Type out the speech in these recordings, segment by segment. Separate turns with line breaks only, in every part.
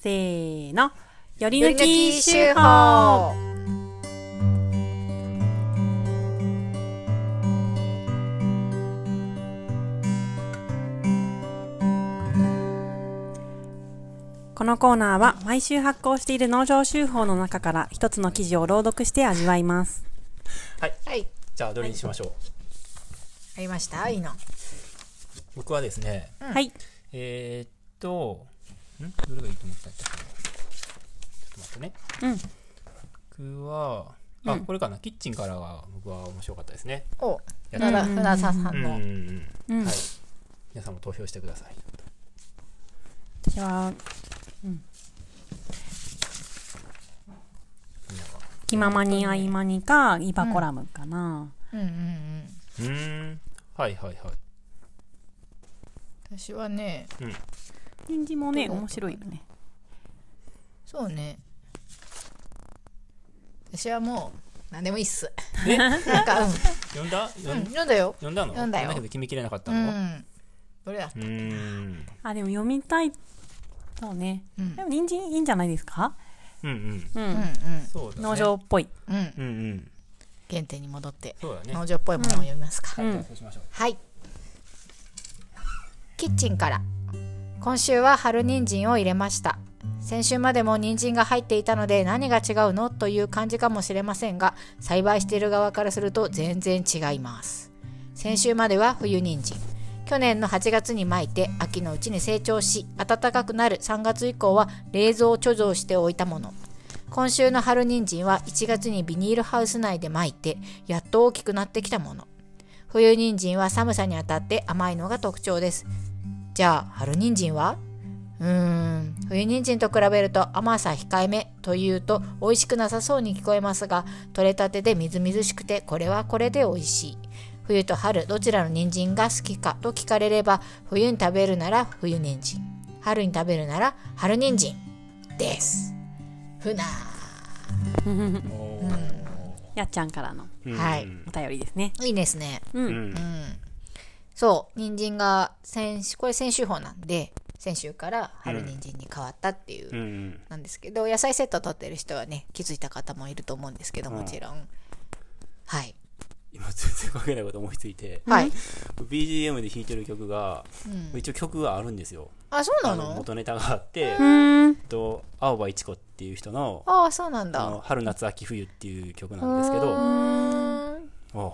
せーの。より抜
ゆりぬ
き
き
手
手
法
法
このコーナーは毎週発行している農場手法の中から一つの記事を朗読して味わいます。
はい、
はい
じゃあどれにしましょう、
ありましたいいの
僕はですね
はい。
えー、っとんどれがいいと思ったんだっけなちょっと待ってね
うん。
僕はあ、これかなキッチンからが僕は面白かったですね
お
や
船田船田さんの、
うんうん
う
うん
ん
はい。皆さんも投票してください
私は、
みんなは
気ままに合間にか、イバコラムかな。
うんうんうん
うーんはいはいはい
私はね
展示もね、面白いよね。
そうね私はもう何でもいいっす
え
なんかうん、
読んだ読ん,、
うん、読んだよ
読んだの
読んだよ
けど決めきれなかった
う
のうん
どれだ
ーん
あ、でも読みたい。そうね。
うん
でも人参いいんじゃないですか
うんうん
う。
うんうんん
そうだね
農場っぽい。
うん
うんうん
原点に戻って
そうだねは
農場っぽいものを読みますか、
いじゃあそうしましょう
はい。キッチンから。今週は春人参を入れました。先週までも人参が入っていたので何が違うのという感じかもしれませんが、栽培している側からすると全然違います。先週までは冬人参。去年の8月にまいて秋のうちに成長し暖かくなる3月以降は冷蔵貯蔵しておいたもの今週の春人参は1月にビニールハウス内でまいてやっと大きくなってきたもの冬人参は寒さにあたって甘いのが特徴ですじゃあ春人参はうーん冬人参と比べると甘さ控えめというと美味しくなさそうに聞こえますが採れたてでみずみずしくてこれはこれで美味しい冬と春どちらの人参が好きかと聞かれれば冬に食べるなら冬人参春に食べるなら春人参ですふな
おー
やっちゃんからの
うん
はい
お便りですね。
いいですね
う。
うんん
そう、人参が先週、これ先週法なんで、先週から春人参に変わったっていう、
うん
なんですけど、野菜セット取ってる人はね、気づいた方もいると思うんですけど、
うん
もちろん。はい。
今全然関係ないこと思いついて
はい。
BGM で弾いてる曲が
うん
一応曲があるんですよ
あ、そうな
あの
の
元ネタがあって、
う
えっ
ーん。
と青葉一子っていう人の
ああ、そうなん
あの
だ。
春夏秋冬っていう曲なんですけ
う
どあ
ーん。
あ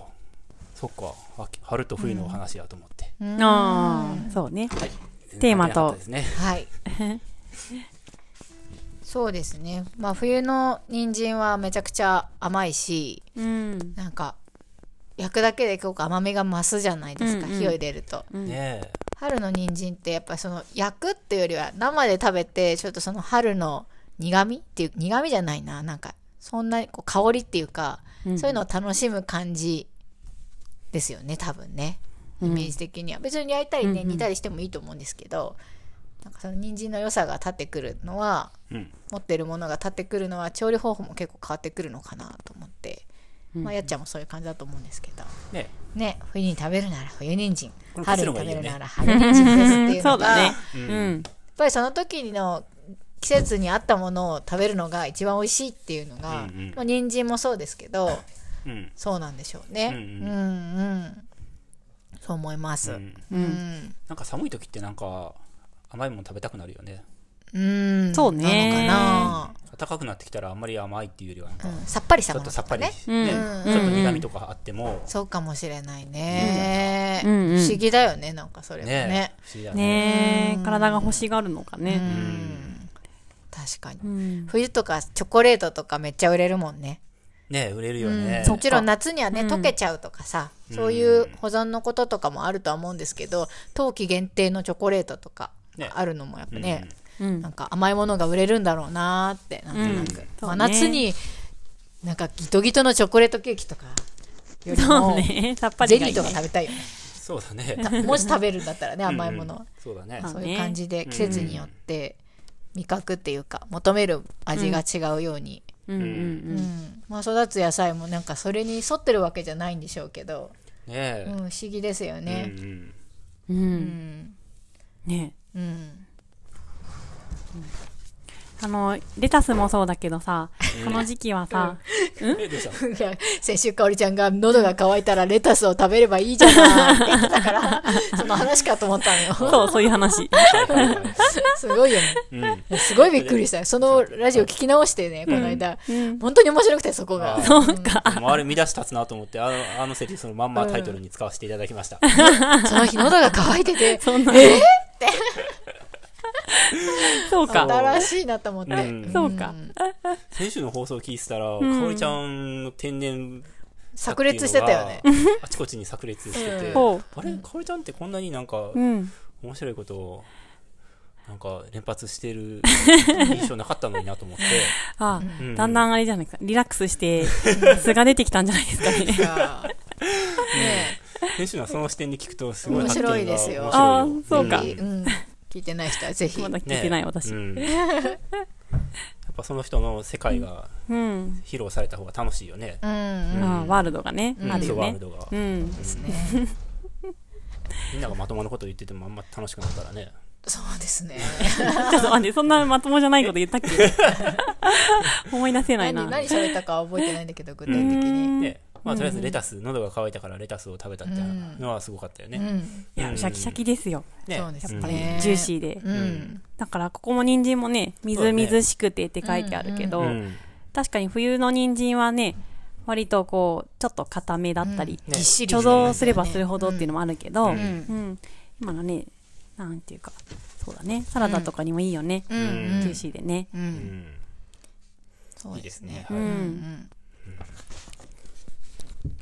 そっか秋春と冬のお話やと思って、
ああ、そうね。テーマと
全然関係なかったですね
はい。そうですね。まあ、冬の人参はめちゃくちゃ甘いし、
うん。
なんか、焼くだけで結構甘みが増すじゃないですか、
うんうん
火を入れると。
ねえ
春の人参ってやっぱりその焼くっていうよりは生で食べてちょっとその春の苦味っていう苦味じゃないななんかそんなこう香りっていうか、そういうのを楽しむ感じですよね多分ねイメージ的には、別に焼いたりね、煮たりしてもいいと思うんですけどなんかその人参の良さが立ってくるのは
うん
持ってるものが立ってくるのは調理方法も結構変わってくるのかなと思って、まあ、やっちゃんもそういう感じだと思うんですけど。
ね
ね、冬に食べるなら冬人参
これ
春
こ
に
っちの方が
食
いい
べ
よ
るなら春
ね
人参ですって いう
そ
の
うだ
が、
ね
やっ。
うん。
ぱりその時の季節に合ったものを食べるのが一番美味しいっていうのが、
うんうん
まあ、人参もそうですけど
えうん
そうなんでしょうね、
う
うんん
う
うんんそう思います、うんうん
なんか寒い時ってなんか甘いもの食べたくなるよね
そうね
なのか
暖かくなってきたらあんまり甘いっていうよりはなんか
な、うん、さっぱりした
ちょ
も
っ
の
と
と
さっ
か
ぱり、
ね
ね
うん
ちょっと苦味とかあっても、
そうかもしれないね、
うんうん
不思議だよねなんかそれも
ねえ
ね
不思議だね
ねえ、体が欲しがるのか
う
ね。
ん確かに、
うん。
冬とかチョコレートとかめっちゃ売れるもんね
ねえ売れるよね、
そ
も
っ
ちろん夏には
う
ね、
ん
溶けちゃうとかさそういう保存のこととかもあるとは思うんですけど冬季限定のチョコレートとか
ね
あるのもやっぱね
うん
な。んか甘いものが売れるんだろうなーってなんとなく、
そう
ま
ね
あ、夏になんかギトギトのチョコレートケーキとかより
そう
も
ね。さっぱ
ゼ
りが
リ
いい
ーとか
ね。
食べたいよね
そうだね
たもし食べるんだったらね甘いもの、
うんうんそうだね
まあ
そういう感じで
ね
季節によって味覚っていうか求める味が違うよう
うん
に、
うんうん。
うんまあ、育つ野菜もなんかそれに沿ってるわけじゃないんでしょうけど、
ね
うん、不思議ですよ
え
ね。
うんうん
うん。ね
うん、
あの、レタスもそうだけどさ、この時期はさ、
え、どうした
いや先週かおりちゃんが喉が渇いたらレタスを食べればいいじゃないって言って たから、その話かと思ったのよ。
そう、そういう話。
すごいよね。
うん。
すごいびっくりした。そのラジオ聞き直してね、この間。
うん。
本当に面白く て、そこが。
そう
か。
もうあれ見出し立つなと思って、あの、あのセリフそのまんまタイトルに使わせていただきました。
その日喉が渇いてて、
そんな。えそうか。
新しいなと思って。
うん
そうか。
先週の放送を聞いてたら、
ん
かおりちゃんの天然さっ
炸
いうのが
裂してたよね。。
あちこちに炸裂してて、
ほ
あれかおりちゃんってこんなになんか
う。うん。
面白いことを、なんか連発してる印象なかったのになと思って。
あ
う
だんだ
ん。
んあれじゃないですか。リラックスして、素が出てきたんじゃないですか
い
ね。
やね
先週のその視点で聞くと、すごい
面
発見が
白いですよ
面白い
あーそうか
えうん。聞いてない人はぜひ
ま。だ聞
ね
いてない私。
うんやっぱその人の世界が
うん。
披露された方が楽しいよね。
うんうん。
あーワールドがね
う、ん
ある
そ
よ
うワール
ね。
ドが
う。ん。
ですね。
みんながまともなこと言っててもあんま楽しくないからね。
そうですね。
ちょっと待って、そんなまともじゃないこと言ったっけ思い出 せない
何、
な。
何喋ったかは覚えてないんだけど、具体的
う
に。
ん
で、まあとりあえずレタス、喉が渇いたからレタスを食べたってのはすごかったよ
う
ね。
ん。
いや、シャキシャキですよ。
ね
そうです
や
ね。
っぱり、ジューシーで。
うんん。
だから、ここも人参もね、みずみずしくてって書いてあるけど、
うん
確かに冬の人参はね、割とこう、ちょっと固めだったり、
ね
ぎっしり
貯蔵すればするほどっていうのもあるけど、う
うんん
今のね、なんていうか、そうだね、サラダとかにもいいよね、
うん
うん
ジューシーでね。
う。
うんん
そうですね。
う
うんん。
うん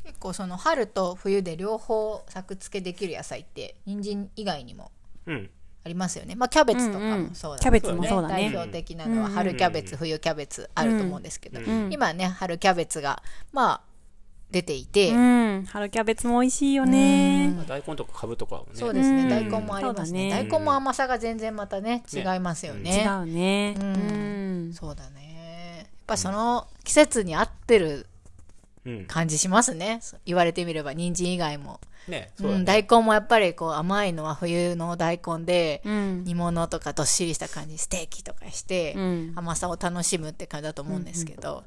結構その春と冬で両方作付けできる野菜って人参以外にも
うん。
ありますよね。まあキャベツとかもそうだ
キャベツもそうだ
代
ね。
表的なのは春キャベツ、冬キャベツあると思うんですけど、
ん
今ね春キャベツがまあ出ていて、
うん、春キャベツも美味しいよね。
まあ大根とか株とかもね。
そうですね、
うん
大根もありますね
そうだ
ね
大根も甘さが全然またね違いますよね
違うね。う
うん
ん。
そうだねやっぱその季節に合ってる
うん。
感じしますねそう言われてみれば人参以外も
ね、
う
そうだ
ん、
ね。
大根もやっぱりこう甘いのは冬の大根で、
うん。
煮物とかどっしりした感じステーキとかして、
うん
甘さを楽しむって感じだと思うんですけど、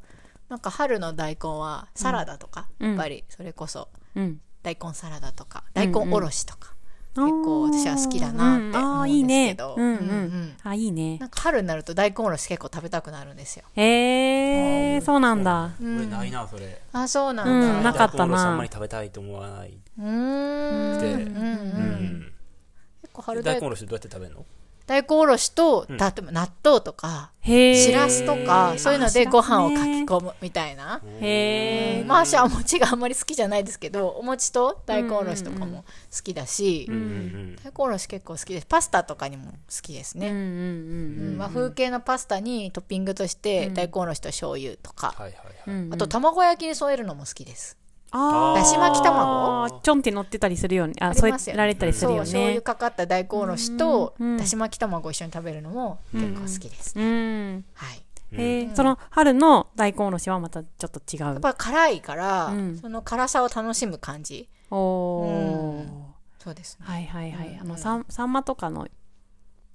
なんか春の大根はサラダとか、
うん
やっぱりそれこそ
うん。
大根サラダとか
うんう
大
ん
根おろしとか、
結
結構私は好きだなって思うんですけど
あーいいね。うんう
うんうんん。
あ、いいね
な。んか春になると大根おろし結構食べたくなるんですよ
えー、そうなんだ。
俺ないな、それ。
あそうなん
う
だ、
んなかったな
大根おろしあんまり食べたいと思わない。
うーん
で
うんうん結構春大
大根
根
おろしどうやって食べるの
大根おろしと、
うん
例えば納豆とか
へー。
しらすとか、そういうのでご飯をかき
む。
込むみたいな。
へー。
まあ、私はお餅があんまり好きじゃないですけど、お餅と大根おろしとかも好きだし、
うんうん
大根おろし結構好きです。パスタとかにも好きです
うん
ね。
うん
うん和風系のパスタにトッピングとして
ん
大根おろしと醤油とか、
はいはい
うんう
はい。
ん。
あと卵焼きに添えるのも好きです。
あ
だし巻き卵
あー、ちょんって乗ってたりするよね。あ、
あ
添
ります
え
よね
られたりす
そ
る
う、
よ
醤油
ね。
かかった大根おろしと
うん
だし巻き卵を一緒に食べるのも結構好きです。
うん。
はい。
へー。その春の大根おろしはまたちょっと違
や
う
っ。ぱ辛いから、
うん
その辛さを楽しむ感じ。
お
う
ー。
そうですね。
はいはいはい。あ
うんう
の、
ん
さん、さんまとかの、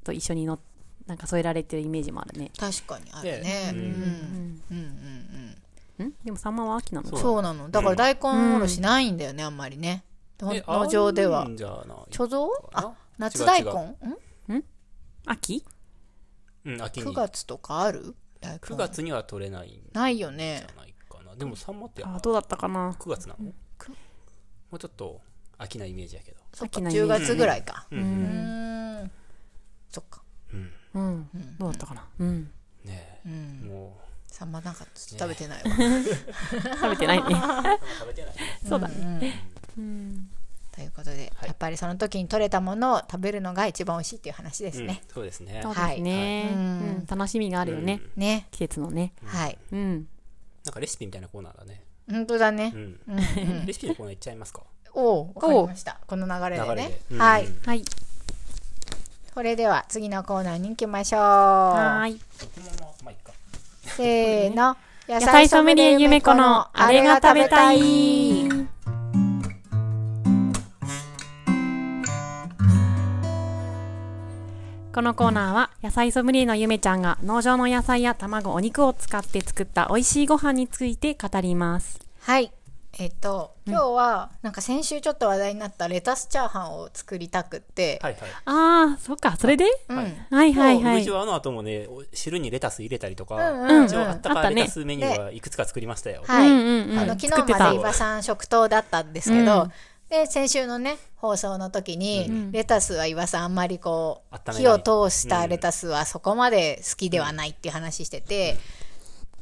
と一緒にの、なんか添えられてるイメージもあるね。
確かにある
ね
ね。
う
うんん
うん。
うんうんうん。
んでもサンマは秋なの
そう
そうなの。だから大根おろしないんだよね、あんまりね。ほん
え
農場で
あ
は
る。んじゃない
貯蔵あ、
あ、
夏大
違
根
うん
秋
うん、秋に。
?9
9
月とかある大根。
月には取れないんじ
ないよね
ゃ。ないかな。でも、サンマってやっ
あ
ぱ
どうだったかな
9月なのも
く
うちょっと秋なイメージやけど。
そっか、
秋ないね
10月ぐらいか。
う
うん
うー
ん、
ん。そっか。
うん。
うん
うん
どうだったかなうん
ね
う
え、
ん。
も
サンマなんかちょっと食べてないわ。
食べてない ね
う。食べてない。
そうだ
うんうん
うん
ということで、
はい
やっぱりその時に取れたものを食べるのが一番美味しいっていう話です
うん
ね。
そうですね
そ。うですね
はいうん
うん楽しみがあるよね
うん
ね。
季節のね
はい。
うん
なんかレシピみたいなコーナーだね。
本当だね
う。ん。
うんうん
レシピのコーナーいっちゃいますか。
おう、わかりました。この流れ
流
で
れ
ね
で。。うん
はい。
はい
それでは次のコーナーに行きましょう。
はーい
このまま、まあいっか。
せーの。野
菜ソムリエゆめこのあれが食べたいこのコーナーは野菜ソムリエのゆめちゃんが農場の野菜や卵お肉を使って作った美味しいご飯について語ります
はい。えっと、今日は、なんか先週ちょっと話題になったレタスチャーハンを作りたくって、
はいはい。
あーそっかそれで
うん、
はい
はいはい
もう
は
梅
い
酒あの後もね、お汁にレタス入れたりと
うんうんう
か、
ん
一応あった
あった
か
ね
レタスメニューはいくつか作りましたよ。
はい。
うんうんうん
あの昨
作って
日ま
た
で伊庭さん食堂だったんですけど、
うん
で先週のね放送の時に、
ん
レタスは伊庭さんあんまりこう
温めない
火を通したレタスはそこまで好きではないっていう話してて、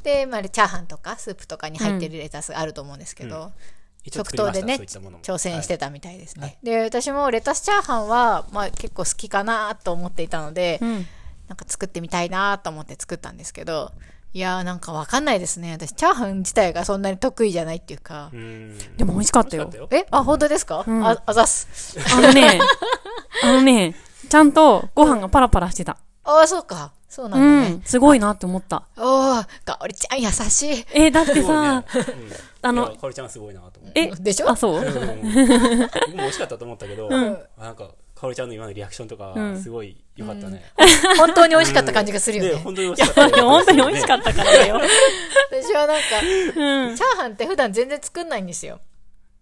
で、まあ、チャーハンとかスープとかに入ってるレタスあると思うんですけど、
一応
食堂
作りまし
で
た、
ね
そういったものも。
挑戦し
は
て
い
たみたいですね、で私もレタスチャーハンは、まあ、結構好きかなと思っていたので、
うん
なんか作ってみたいなと思って作ったんですけどいやーなんかわかんないですね私チャーハン自体がそんなに得意じゃないっていうか、
うん。
でも美味しかった
美味しか
よ
ったよ。
えあ本当ですか、
ん
ああざっす
あのねあのねちゃんとご飯がパラパラしてた
ああそうかそうなん
う
だね、
んすごいなって思った
おおかおりちゃん優しい
えだって
すごい
さ
ねうん
あの
いやかおりちゃんすごいなと思って。
え
でしょ
あそう
うん僕も美味しかったと思ったけど、
ん
なんか、かおりちゃんの今のリアクションとか
ん、
すごい良かったね。
本当に美味しかった感じがするよね、
で本当に美味しかった。
本当に美味しか
っ
ったからだよ。
私はなんか、
うん。
チャーハンって普段全然作んないんですよ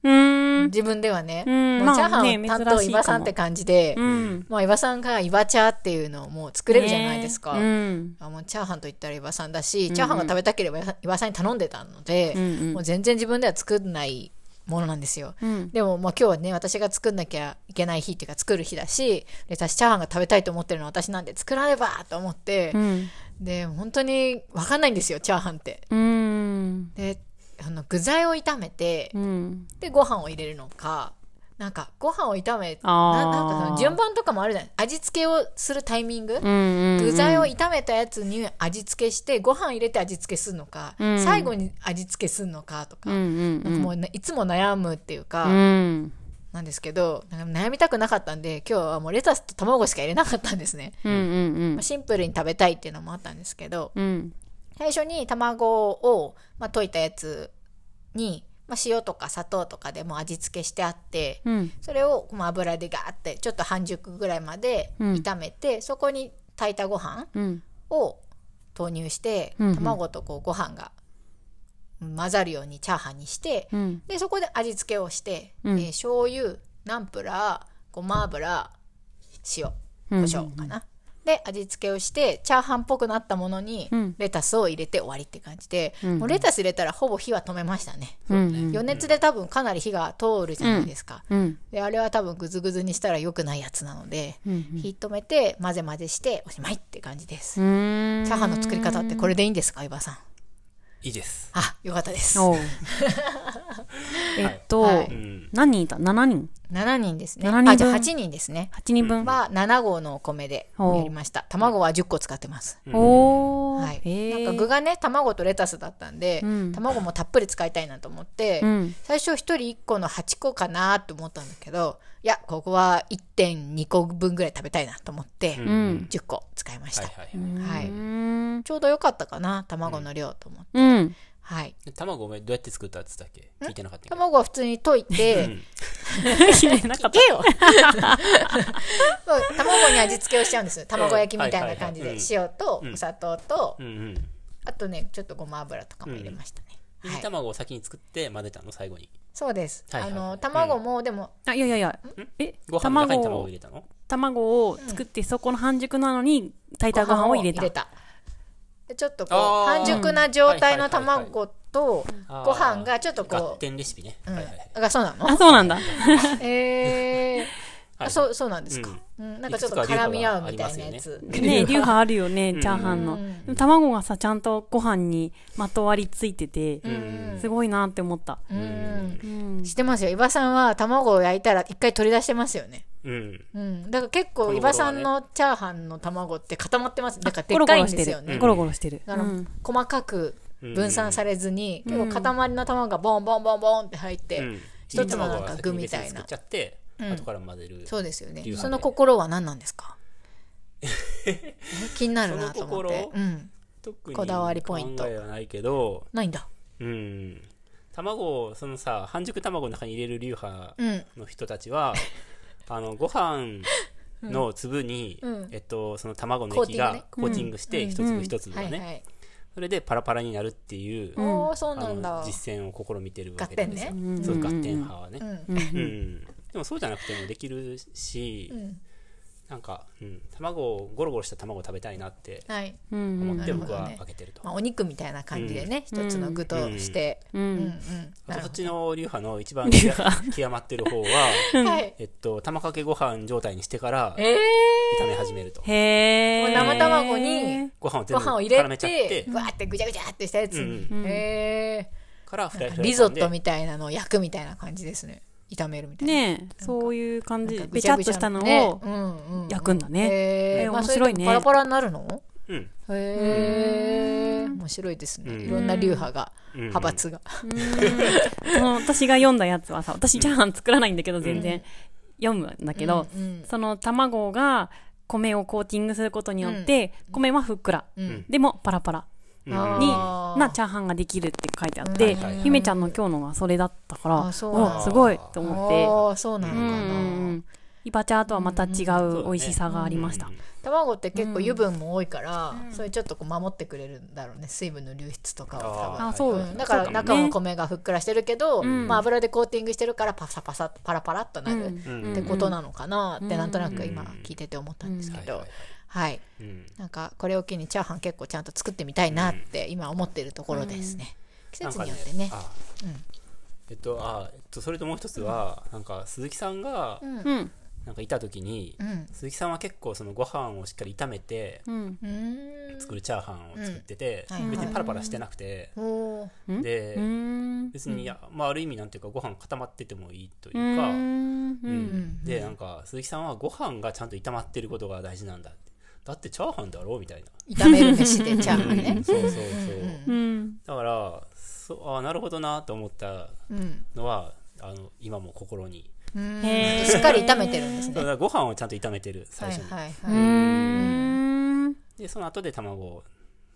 うん。
自分ではね、
うん
もうチャーハ
まあね
ン担当
珍しい
伊
かも
庭さんって感じで、
うん。
まあ、伊庭さんが伊庭チャーっていうのをもう作れるじゃないですか、
ねうん。
あもうチャーハンと言ったら岩さんだし、チャーハンが食べたければ岩岩さんに頼んでたので、
うんうん
もう全然自分では作んないものなんですよ、
うん
でもまあ今日はね私が作んなきゃいけない日っていうか作る日だしレタスチャーハンが食べたいと思ってるのは私なんで作らねばと思って
う、ん。
で本当に分かんないんですよチャーハンって
うん。
であの具材を炒めて
うん。
でご飯を入れるのかなんかご飯を炒めな
あー
なんかその順番とかもあるじゃない味付けをするタイミング、
うん。
具材を炒めたやつに味付けしてご飯入れて味付けするのか、
うん
最後に味付けするのかとか,、
うんうん
なんかもうないつも悩むっていうか、
うん。
なんですけどなんか悩みたくなかったんで今日はもうレタスと卵しか入れなかったんですね、
うんうん
まあシンプルに食べたいっていうのもあったんですけど
うん。うん。
最初に卵を、まあ、溶いたやつに、まあ、塩とか砂糖とかでもう味付けしてあって、
うん。
それをまあ油でガーってちょっと半熟ぐらいまで
うん
炒めて、そこに炊いたご飯
うん。
を投入して、
うんうん
卵とこうご飯が混ざるようにチャーハンにして、
うん。
でそこで味付けをして、
うん
えー醤油ナンプラーごま油塩
う
胡
ん
椒かな、で味付けをしてチャーハンっぽくなったものに
うん
レタスを入れて終わりって感じで、
うん
もうレタス入れたらほぼ火は止めましたね、
うん。
余熱で多分かなり火が通るじゃないですか、
うん。
であれは多分グズグズにしたら良くないやつなので、
うん。
火止めて混ぜ混ぜしておしまいって感じです、
チャ
チャーハンの作り方ってこれでいいんですか、岩さん。
た。いいです。
あ、よかったです。
おうえっと
は、
う
い
ん。
何人いた ?7 人
7人ですね。
7人分
あ、じゃあ8人ですね。
?8 人分
は7合のお米で
おう
やりました。卵は10個使ってます。
お
はい。
ー。
なんか具がね、卵とレタスだったんで、
うん
卵もたっぷり使いたいなと思って、
うん。
最初1人1個の8個かなと思ったんだけど、いや、ここは1.2個分ぐらい食べたいなと思って、
う
うん。
10個使いまし
は
た。
いはい。
はい
うん。
ちょうどよかったかな、卵の量と思って。
うん。
はい。
で卵お前どうやって作ったっつったっけ聞いてなかったっけ
卵は普通に溶い て、
うん
なかっ
行けよ そう卵に味付けをしちゃうんです卵焼きみたいな感じ
は
で
いはい
塩と
うん
お砂糖と
うんうん。
あとねちょっとごま油とかも入れましたね、
ゆ
は
で
い、
卵を先に作って混ぜたの最後に。
そうです、
はいはい
あの卵もでも、
あ、いやいやいや。え
ご飯の中に
卵
卵を
を
入れたの
卵を作って、そこの半熟なのに炊いたご飯を入れた。
でちょっとこう
あー
半熟な状態の
はいはいはいはい
卵と
あー
ご飯がちょっと
合
こう
点レシピね。
う
は
ん
いはいはい。
あそうなの
あ、そうなんだ。
えー
はい
あそうそうなんですか、うん、なんかちょっと絡み合うみたいなやつ、
ね流派あるよね、チャーハンの。
うん
でも卵がさ、ちゃんとご飯にまとわりついてて、
うん
すごいなって思った。
うん
うん。
してますよ伊庭さんは卵を焼いたら一回取り出してますよね
うん。
うんだから結構
この頃はね
伊庭さんのチャーハンの卵って固まってますだからで
ゴ
っ
ロ
か
ゴ
いん
ロし
で
て
すよね
る。ゴロゴロしてる。
だから
うん
細かく分散されずに、
ん
結構塊の卵がボンボンボンボンって入って、
うん
一つのなんか具みたい
ゆで卵は先に別に作
な
っちゃって、
うん
後から混ぜる。
そうですよね
流派で
その心は何なんです かえ気になるなと思っ
その
て
心
うん
特に
こだわりポイント
考えはないけど、
ないんだ
うん。卵を、そのさ、半熟卵の中に入れる流派
うん
の人たちは、あの、ご飯の粒に、
うん
えっと、その卵の
コーティ
液
ング
が
ね
コーティングして、
うん
一粒一粒が
は
ね、
いはい
それでパラパラになるっていう、
ん
おおそうな
あ
んだ
の実践を試みてるわ
合
けな
点
んですよ
ね。
ん
そう、合点派はね
う。ん
うん。でもそうじゃなくてもできるし、
うん
なんか、うん、卵を、ゴロゴロした卵を食べたいなって
はい
うん
思って
うん
僕
なるほど
は
ね
あげてると。
まあお肉みたいな感じでね
うん
一つの具として
う
うんうん
ん
あ
なる
とそ
ほ
っちの流派の一番
流
極
派
まってる方 は、
どはい
えっと、玉かけご飯状態にしてから
え
炒め始めると。
へ
も
え
う生卵に
ご飯
ーご
を全部
飯を入
絡
れ
めちゃって
て、わーってぐちゃぐちゃってしたやつに
うん
へえ
からフライフライパンで
リゾットみたいなのを焼くみたいな感じですね炒めるみたいな
ねえそういう感じ
なん
べ
かぐ
ち
ち
ゃ
ゃ
っ
ぐ
と
ちゃ
したのを
を
焼くんだね
へ
えー
ーまあ
面
それ
白
で
いね
パラパラになるの
うん。
へえ面白いですね
うん
いろんな流派が
うん
派閥が
う ーんその私が読んだやつはさ私チャーハン作らないんだけど全然、読むんだけど、
うん
その卵が米をコーティングすることによって、米はふっくら
うん
うん
でもパラパラ
うん
あー
になチャーハンができるって書いてあっ
はい
て、
はいはい
ゆめちゃんの今日のがそれだったから
あそうなんだ
おすごいと思って
ああそうなの
う
か
んう
な、
んうんイバチャーとはまた違う美味しさがありました、
うん
卵って結構油分も多いから、それちょっとこう守ってくれるんだろうね水分の流出とかを多分
あそう
うんだから中は米がふっくらしてるけど、まあ、油でコーティングしてるからパサパサパラパラっとなる
う
っ
ん
うん
てことなのかなってなんとなく今
うん
聞いてて思ったんですけ
はい
ど
はいは
は
い
い
うん
なんかこれを機にチャーハン結構ちゃんと作ってみたいなって今思ってるところですね季
なん
節
か
によってね
あ
うん
えっと、あえっと、それともう一つは、なんか鈴木さんが、
うんうん
なんかいた時に、
うん
鈴木さんは結構そのご飯をしっかり炒めて
うん
うん
作るチャーハンを作ってて、
うんはいはい
別にパラパラしてなくて、
おー
うん
で、
うん
別にいや、まあ、ある意味なんていうかご飯固まっててもいいという
う
か、
んう
うんんでなんか鈴木さんはご飯がちゃんと炒まってることが大事なんだってだってチャーハンだろうみたいな
炒める飯でチャーハンね
そうそうそう
うん
だからそうあなるほどなと思った
うん
のはあの今も心に
うん
へー
しっかり炒めてるんです
そ
ね
うだからご飯をちゃんと炒めてる最
はい
初に、
はいは
う
い
ん
でその後で卵を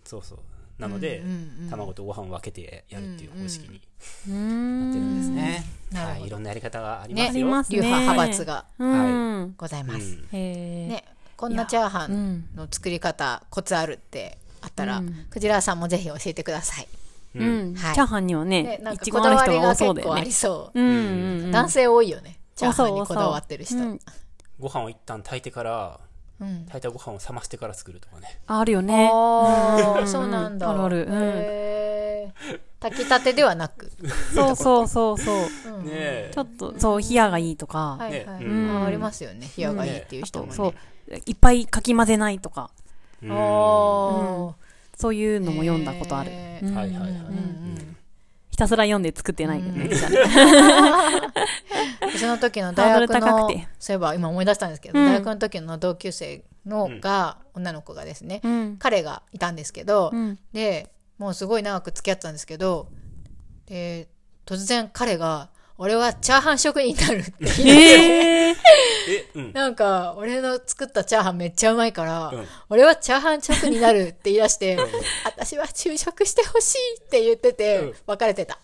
そうそうなので、卵とご飯を分けてやるっていう方式になってるんですね、
うんなる
は
ほど
い、いろんなやり方があり
ね
ます
あり
よ、
ます
流派派閥が
うん
ございます、
うん
へえ
ねこんなチャーハ
う
ン
ん
の作り方コツあるってあったら、
うん
クジラさんもぜひ教えてください
うんうんチ
はい
ャーハンには
ね
ね
なんか
一
こ
番あ
だ
る
わ
人が
りが
多そうだ
結構
よ
あ
ね
りそう、
うんうんうん
男性多いよねチャーハン
多そ
に
う
こだわってる人
多そううん
ご飯を一旦炊いてから
うん
炊いたご飯を冷ましてから作るとかね
あるよね
ああそうなんだ
あるあるうん
へー炊きたてではなく、
そうそうそうそう
うん
ねえ
ちょっとそう冷やがいいとか、
はいはい、
ね
はい
うん
あーありますよね冷やがいいっていう
あ
人
と
もね
そういっぱいかき混ぜないとか
あ
うん
ー
そういうのも読んだことある、
へ
う
ー
ん
はいはいはい、
ひたすら読んで作ってないけどね、私はね
私の時の大学
ハード
の
ル高くて
そういえば今思い出したんですけど、
うん
大学の時の同級生のが、女の子がですね、
うん
彼がいたんですけど、
うん
でもうすごい長く付き合ってたんですけどで突然彼が「俺はチャーハン職人になる」って言い出して
えー、
えうん
なんか俺の作ったチャーハンめっちゃうまいから、
うん
俺はチャーハン職になるって言い出して私は就職してほしいって言ってて、
うん
別れてた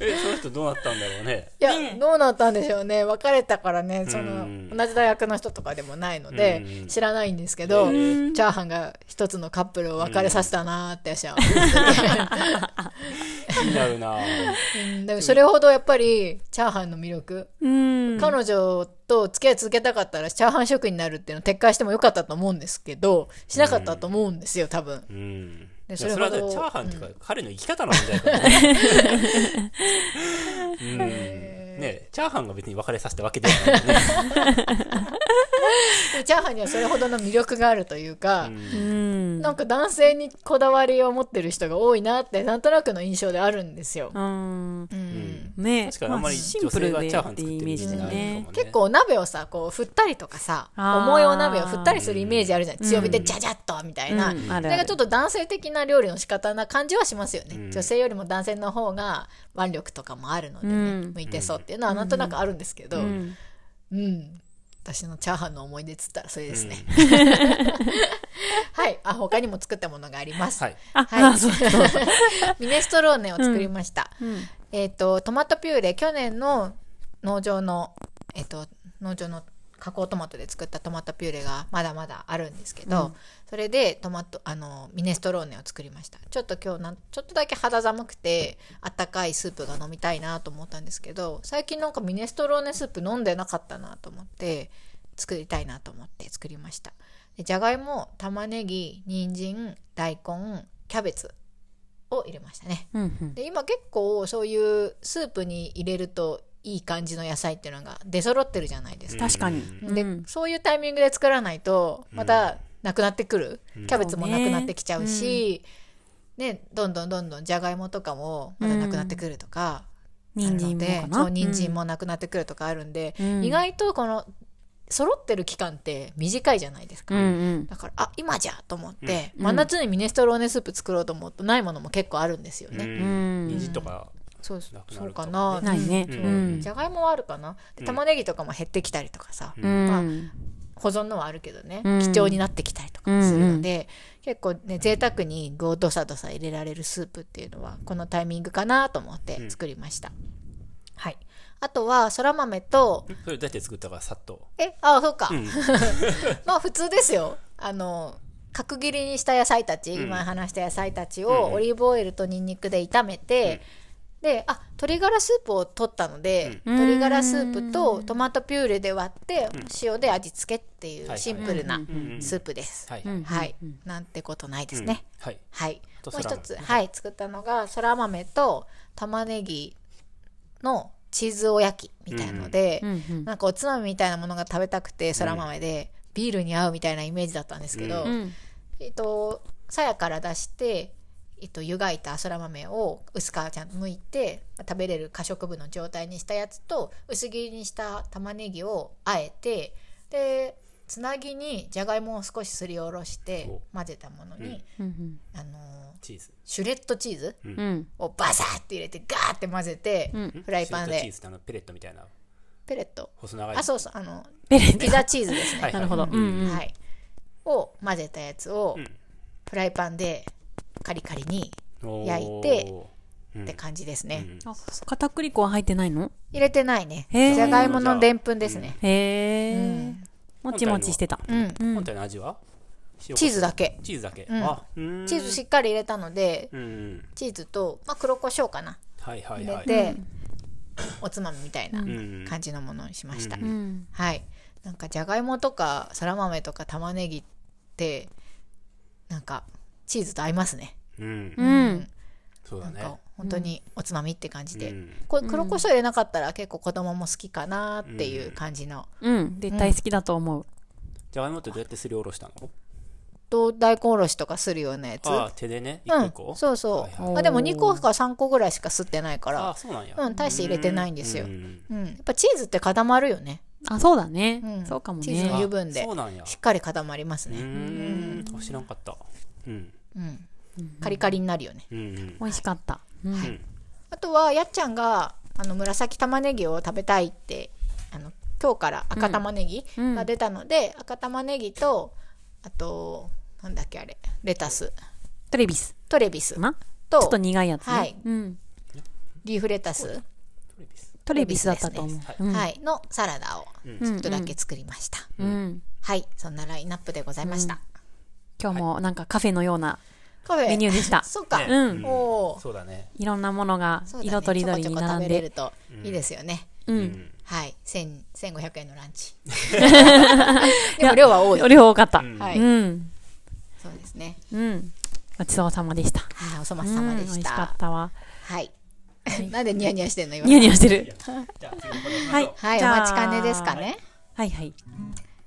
えその人どうなったんだろうね
いや、どうなったんでしょうね別れたからねその、
うん
同じ大学の人とかでもないので、
うん
知らないんですけど、
うん
チャーハンが一つのカップルを別れさせたなーって私は思
気になるな
う、うん、でもそれほどやっぱりチャーハンの魅力、
うん
彼女と付き合い続けたかったらチャーハン職人になるっていうのを撤回してもよかったと思うんですけどしなかったと思うんですよ多分。
うん
で
いや
そ
そ
れ
れ
ほ
は
ど
だからチャーハンっていうか、彼の生き方の問題だからねうんねチャーハンが別に別れさせたわけではないね
チャーハンにはそれほどの魅力があるというか、
う ん
なんか男性にこだわりを持ってる人が多いなってなんとなくの印象であるんですよ。
うん
うん
ね
確かにあんまり女性がチャーハン作ってるイメージないかもね
結構お鍋をさこう振ったりとかさ
あー
重いお鍋を振ったりするイメージあるじゃん強火で
うん
ジャジャっとみたいな、
うんある
な
あ
んか
る
ちょっと男性的な料理の仕方な感じはしますよね、
うん
女性よりも男性の方が腕力とかもあるのでね、
うん
向いてそうっていうのはなんとなくあるんですけど、
う
うん
ん
私のチャーハンの思い出っつったらそれですね、はいあ他にも作ったものがあります、
はい
あ、
はい
あそうそう
ミネストローネを作りました、
うん
えっ、とトマトピューレ去年の農場のえっ、と農場の加工トマトで作ったトマトピューレがまだまだあるんですけど、それでトマトあのミネストローネを作りましたちょっと今日なんちょっとだけ肌寒くてあったかいスープが飲みたいなと思ったんですけど最近なんかミネストローネスープ飲んでなかったなと思って作りたいなと思って作りましたでじゃがいも玉ねぎ人参大根キャベツを入れましたね
うんうん
で今結構そういうスープに入れるといい感じの野菜っていうのが出揃ってるじゃないですか、
確かに。
で
うん
そういうタイミングで作らないとまたなくなってくる、
うん
キャベツもなくなってきちゃうし、ねどんどんどんどんじゃがいもとかもまたなくなってくるとか、あ
人
るの
参も
で
かな。
そう人参もなくなってくるとかあるんで、
うん
意外とこの揃ってる期間って短いじゃないですか、
うんうん
だからあ今じゃと思って、
うん
真夏にミネストローネスープ作ろうと思うとないものも結構あるんですよね、
う
人
ん。
参とか
そうそう
なくな
そう
る
か
か
な
も
ないね。
う
うんん
じ。ゃがいもはあるかなで
うん
玉ねぎとかも減ってきたりとかさ、
うん。
保存のはあるけどね、
うん
貴重になってきたりとかするので、結構ね贅沢に具をどさどさ入れられるスープっていうのはこのタイミングかなと思って作りました、はいあとはそら豆と
それどうやって作ったかさっと
えあそうか、
うん
まあ普通ですよあの角切りにした野菜たち、
うん
今話した野菜たち
うん
を
うん
オリーブオイルとニンニクで炒めて、であ鶏ガラスープを取ったので、
うん
鶏ガラスープとトマトピューレで割って、塩で味付けってい
は
う
い
シンプルな
うん
うんうん
スープです、
はい
うん
はい、なんてことないですね、
うんはい
はい
と
もう
そら
一
豆
つ、はい、作ったのがそら豆と玉ねぎのチーズおやきみたいので、
うんうん
なんかおつまみみたいなものが食べたくてそら豆で、ビールに合うみたいなイメージだったんですけど、
うん
えっとさやから出して、えっと、湯がいたそら豆を薄皮ちゃんと剥いて食べれる可食部の状態にしたやつと薄切りにした玉ねぎをあえてでつなぎにじゃがいもを少しすりおろして
お
混ぜたものに、
うん
あのー
チーズ
シュレッドチーズ
うんうん
をバサッて入れてガーって混ぜて、
うん
フライパン
シュレッドチ
で
ーズってあのペレットみたいな
ペレット
細長い
あそうそうあの
ベレン
ピザチーズですね
はい
なるほど。うんうん。
はい、を混ぜたやつを
うん
フライパンでカリカリに
おー
焼いて
うん
って感じですね、
うん
あ、片栗粉は入ってないの
入れてないねじ
へー
ゃがいものでんぷんですね、
へ
う
え
ん。
もちもちしてた。
うん
本体の味はチ
チーズだけ
チーズだけ
ん
あうーん
チーズしっかり入れたので
うんうん
チーズと、まあ、黒胡椒かな
はいはい
入
は
れ
い
て、おつまみみたいな
うん
感じのものにしました、
う
うん。
はいなんかじゃがいもとかそら豆とか玉ねぎってなんかチーズと合いますね
うん
うん。
そうだ
なん
ね
か本当におつまみって感じで、
うん
こ黒胡椒入れなかったら結構子供も好きかなっていう感じの、
うん。絶対好きだと思う。
じゃがいもってどうやってすりおろしたの
と大根おろしとかするようなやつ
あー手でね一個一個
うん、そうそう、
はい
はい
まあ、でも2個か3個ぐらいしか吸ってないか
あー
ら
そうなんや
うん大して入れてないんですよ
う、ん
うんやっぱチーズって固まるよね
あ、そうだね
うん。
そうかも
チーズの
ね。
油分で
あそうなんや
しっかり固まります
う
ね、
ーんあ知らんかったうん
うんカリカリになるよね
うんうん
美味しかった。うん
うん
あとはやっちゃんがあの紫玉ねぎを食べたいってあの今日から赤玉ねぎ
うん
が出たので、赤玉ねぎとあとなんだっけあれレタス
トレビス
トレビス
かなち
と
ょっと苦いやつね。
はい
うん。
リーフレタス、
トレビス
トレビスだったと思う。うん
はい、のサラダを
うん
ちょっとだけ作りました、
うん。
はいそんなラインナップでございました、
今日もなんかカフェのような
カフェ
メニューでした。
そうか、
ね
うん
おー
そうだね
いろんなものが
そうだね
色とりどり
ちょ
に
こちょこ
並ん
食べれる
で。
といいですよね、
うん。
はい1000 1500円のラ ンチでも量は多い
量多かった。
は
う
い、
ん。
そうですね
うん。ごちそうさまでした。
はいおそ
お
松様で
美
し、
味したかったわ。
はい なんでニヤニヤしてんの今
ニヤニヤしてる。
じゃあ次の方行きましょう
はい。
はい
じ
お
ゃあ
待ちかねですか。ね
はいはい。